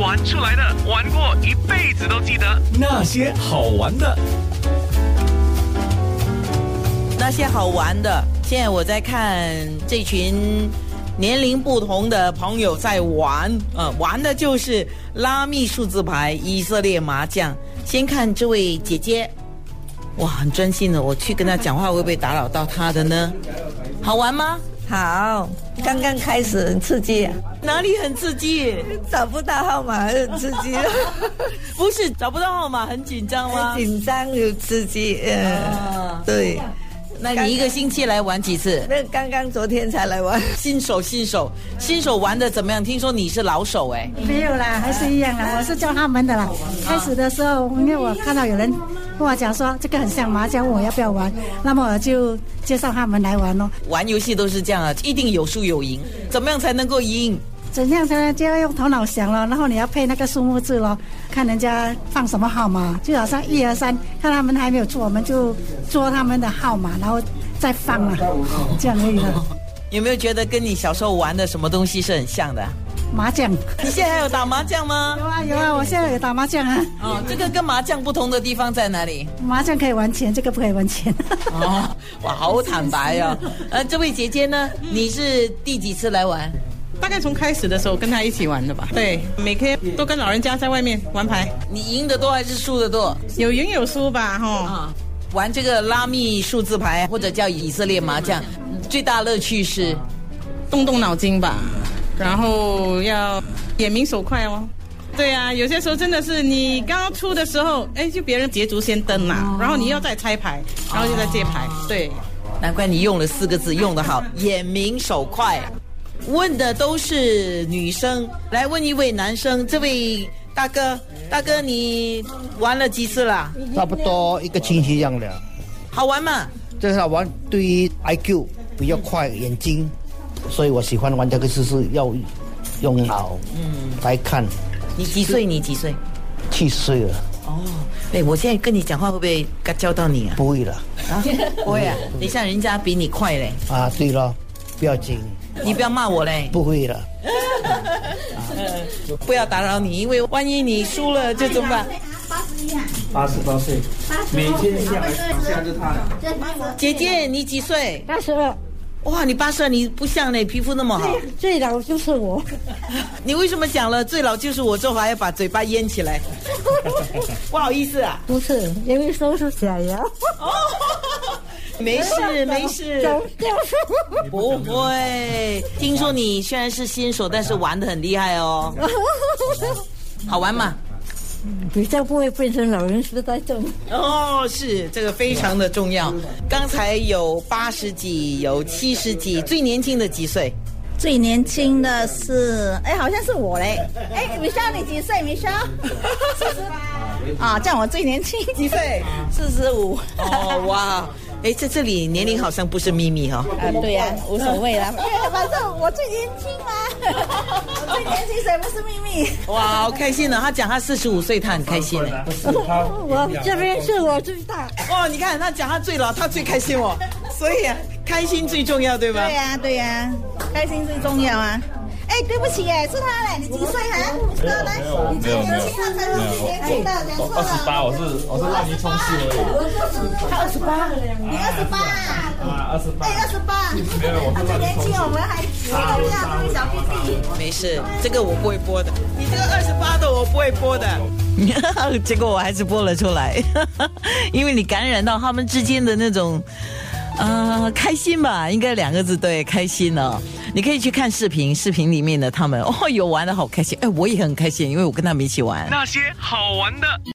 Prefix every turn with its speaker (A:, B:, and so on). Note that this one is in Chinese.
A: 玩出来的，玩过一辈子都记得。
B: 那些好玩的，
C: 那些好玩的。现在我在看这群年龄不同的朋友在玩，呃，玩的就是拉密数字牌、以色列麻将。先看这位姐姐，哇，很专心的。我去跟她讲话会不会打扰到她的呢？好玩吗？
D: 好，刚刚开始很刺激，
C: 哪里很刺激？
D: 找不到号码很刺 激，
C: 不是找不到号码很紧张吗？
D: 紧张又刺激，呃，
C: 啊，
D: 对，
C: 那你一个星期来玩几次？
D: 那刚刚昨天才来玩，
C: 新手，新手，新手玩的怎么样？听说你是老手哎、
E: 没有啦，还是一样啦，我是教他们的啦。开始的时候，因为我看到有人跟我讲说这个很像麻将，问我要不要玩，那么我就介绍他们来玩咯。
C: 玩游戏都是这样啊，一定有输有赢，怎么样才能够赢？
E: 怎样才能就要用头脑想了，然后你要配那个数目字咯，看人家放什么号码，就好像一二三，看他们还没有做，我们就做他们的号码，然后再放了，这样而已了。
C: 有没有觉得跟你小时候玩的什么东西是很像的啊？
E: 麻将
C: 你现在还有打麻将吗
E: 有？啊有啊，我现在有打麻将啊，
C: 哦，这个跟麻将不同的地方在哪里？
E: 麻将可以玩钱，这个不可以玩钱。
C: 哦， 哇，好坦白哦。呃，这位姐姐呢，你是第几次来玩？
F: 大概从开始的时候跟他一起玩的吧。对，每天都跟老人家在外面玩牌，
C: 你赢得多还是输得多？
F: 有赢有输吧，哈。
C: 啊，玩这个拉密数字牌或者叫以色列麻将，最大乐趣是
F: 动动脑筋吧，然后要眼明手快哦。对啊，有些时候真的是你刚刚出的时候，哎，就别人捷足先登啦、然后你要再拆牌，然后就再借牌，对。
C: 难怪你用了四个字用得 好，眼明手快。问的都是女生，来问一位男生，这位大哥，大哥你玩了几次啦？
G: 差不多一个星期这样了。
C: 好玩吗？
G: 这是玩对于 IQ 比较快，眼睛，所以我喜欢玩这个事是要用脑来看。
C: 你几岁？你几岁？
G: 去岁了，
C: 哦，哎，我现在跟你讲话会不会嘎教到你啊？
G: 不会了
C: 啊，不会啊，等一下人家比你快嘞，
G: 啊，对了，不要紧，
C: 你不要骂我嘞，
G: 不会了。
C: 不要打扰你，因为万一你输了就怎么办？
B: 八十八岁，每天下来下着他了。
C: 姐姐，你几岁？
H: 八十二，
C: 哇，你八十二，你不像嘞，皮肤那么好。
H: 最老就是我。
C: 你为什么讲了最老就是我之后还要把嘴巴淹 起来？不好意思啊。
H: 不是，因为收拾想要。
C: 哦，没事 没事，
H: 走掉。
C: 不会。听说你虽然是新手，但是玩的很厉害哦。好玩吗？
H: 比较不会变成老人痴呆症。
C: 哦，是这个非常的重要。刚才有八十几，有七十几，最年轻的几岁？
I: 最年轻的是，哎，好像是我 嘞。哎，米莎，你几岁？米莎，四十啊，这样我最年轻。几岁？四十五。
C: 哦哇，哎，在这里年龄好像不是秘密哈、哦。
I: 啊，对呀、无所谓 啦，因为哎反正我最年轻嘛， 我最年轻，谁不是秘密？
C: 哇，好开心呢、他讲他四十五岁，他很开心呢。
B: 不是他，
H: 我这边是我最大，
C: 哦，你看他讲他最老，他最开心哦，所以啊，开心最重要，对吧？
I: 对呀、对呀、开心最重要啊。哎，对不起，哎，是他嘞，你几岁啊？不知道呢，你最年轻，他才是最年轻的，讲错了。
J: 二十八，我是我是让你充气而
I: 他二十八了呀，你二十八啊？
J: 已。啊，二十八
I: 哎，二十八，
J: 没有我是
I: 最
J: 让你
I: 年
J: 充
I: 轻，
J: 气。
I: 我们还我都不要这位小弟弟。
C: 没事，这个我不会播的。你这个二十八的我不会播的。 结果我还是播了出来， 因为你感染到他们之间的那种，呃，开心吧，应该两个字对，开心哦。你可以去看视频，视频里面的他们，哦，有玩的好开心，哎，我也很开心，因为我跟他们一起玩。
A: 那些好玩的。